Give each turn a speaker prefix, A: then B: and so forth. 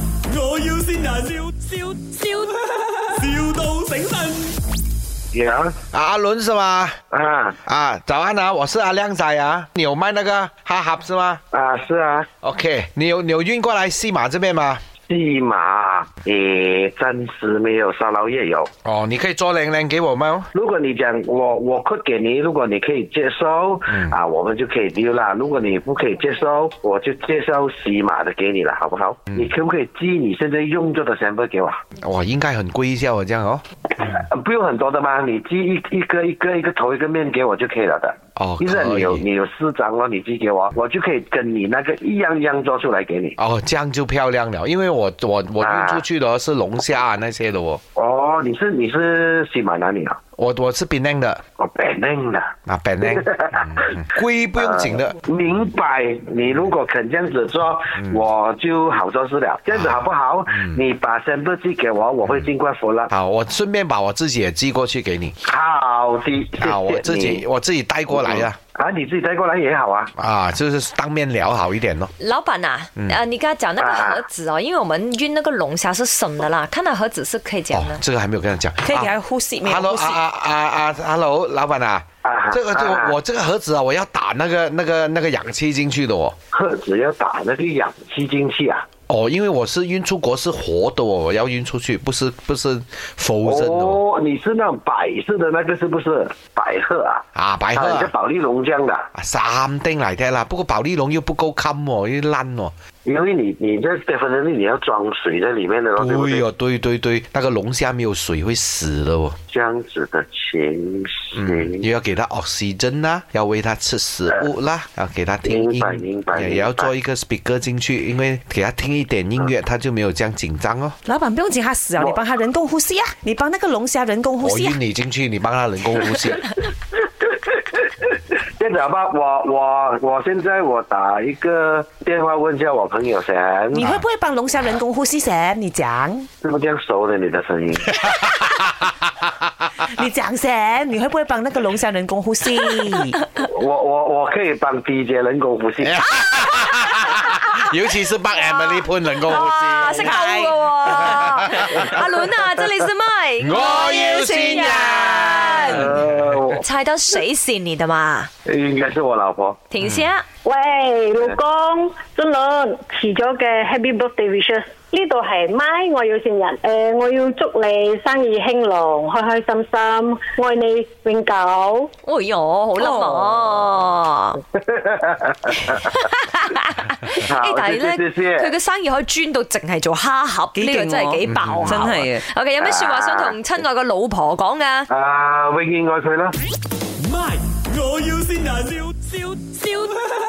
A: 要先人，笑笑笑，,笑到醒神。
B: 呀
C: 啊，阿伦是吗？
B: 啊
C: 啊，早安啊，我是阿亮仔啊。你有卖那个哈哈是吗
B: 啊是啊，
C: ？OK，你有你有运过来西马这边吗？
B: 戏码也暂时没有，沙捞越有。
C: 哦，你可以做零零给我吗？
B: 如果你讲我我可给你，如果你可以接受、
C: 嗯
B: 啊，我们就可以丢啦。如果你不可以接受，我就介绍西马的给你了，好不好？
C: 嗯
B: 你可不可以寄你现在用着的 sample 给我？
C: 哇，应该很贵一下哦，这样哦。
B: 呃不用很多的吗？你寄一一个一个一个头一个面给我就可以了的。
C: 哦
B: 医生，
C: 可以
B: 你有你有四张哦，你寄给我，我就可以跟你那个一样一样做出来给你。
C: 哦，这样就漂亮了，因为我我我运
B: 啊
C: 出去的是龙虾、啊、那些的哦。
B: 哦，你是你是西马哪里啊？
C: 我我是 Penang 的
B: 我北宁的。
C: 啊，Penang，嗯贵不用紧的。
B: 呃明白，你如果肯这样子做，
C: 嗯
B: 我就好做事了。这样子好不
C: 啊
B: 好？你把 sample 寄给我，我会尽快服了。
C: 好，我顺便把我自己也寄过去给你。
B: 好的，谢谢
C: 啊，我自 己
B: 你
C: 我自己带过来呀、
B: 啊，你自己带过来也好啊。
C: 啊，就是当面聊好一点咯。
D: 老板呐、
C: 嗯
D: 啊，呃，你刚才讲那个
C: 啊
D: 盒子哦，因为我们运那个龙虾是省的啦，看到盒子是可以讲
C: 哦
D: 的，，
C: 这个还没有跟他讲。
E: 可以给
C: 啊
E: 他呼吸，没有
C: Hello
E: 呼
C: 啊
E: 吸。
C: 啊啊啊，Hello，老板啊
B: 啊，
C: 这个这
B: 啊
C: 个我这个盒子啊，我要打那个那个那个氧气进去的哦。
B: 赫子要打那个氧气进去啊。
C: 哦，因为我是运出国是活的哦，我要运出去，不是不是否认的哦。
B: 哦，你是那种百式的那个是不是？百鹤啊，
C: 啊，白鹤
B: 啊，你
C: 啊
B: 是保利龙江的啊，
C: 啊三丁嚟听啦，不過保利龍又不夠襟喎，又爛喎。
B: 因为你你这 d e f i n 你要装水在里面的咯，对不
C: 對
B: 对？
C: 哦，對對對，那個龍蝦沒有水會死的哦。
B: 这样子的情形。
C: 嗯，又要給它 oxygen 啦，要餵它吃食物啦，要給它聽音
B: 明白明，白
C: 也也要
B: 明白
C: 做一個 speaker 進去，因為給它聽一點音樂，它就沒有這樣緊張哦。
E: 老板不用紧，他死啊！
B: 我
E: 你帮他人工呼吸啊！你帮那个龙虾人工呼
C: 我
E: 吸啊
C: 運！你進去，你幫它人工呼 吸。
B: 这样子好吧，我我我现在我打一个电话问一下我朋友先，
E: 你会不会帮龙虾人工呼吸噻？你讲，
B: 是不是这样熟的你的声音？
E: 你讲噻，你会不会帮那个龙虾人工呼吸？
B: 我我我可以帮 DJ 人工呼吸，
C: 尤其是幫
B: 啊
C: Emily 潘人工呼
D: 哇，識
C: 吸。
D: 兜嘅喎，阿倫啊，這裡是咪？
C: 我要先人
B: 呃，我
D: 猜到誰是你的嘛？
B: 应该是我老婆。
D: 停先，
F: 喂，老公，真倫遲咗嘅 Happy Birthday wishes。呢度係 My 我要善人，诶、我要祝你生意興隆，開開心心，愛你永久。
C: 嗯
D: 哎呦，好冧哦！
B: 好，
D: 哎但係
B: 谢
D: 咧，
B: 谢谢
D: 佢
B: 謝
D: 嘅生意可以專到淨係做蝦盒，
E: 幾
D: 呢個
E: 勁
D: 真係
E: 喎
D: 幾爆啊！
E: 嗯真係啊
D: OK，有咩説話想
C: 啊
D: 同親愛嘅老婆講噶？
B: 啊啊，永遠愛佢啦。
A: My，我要先人，笑笑笑，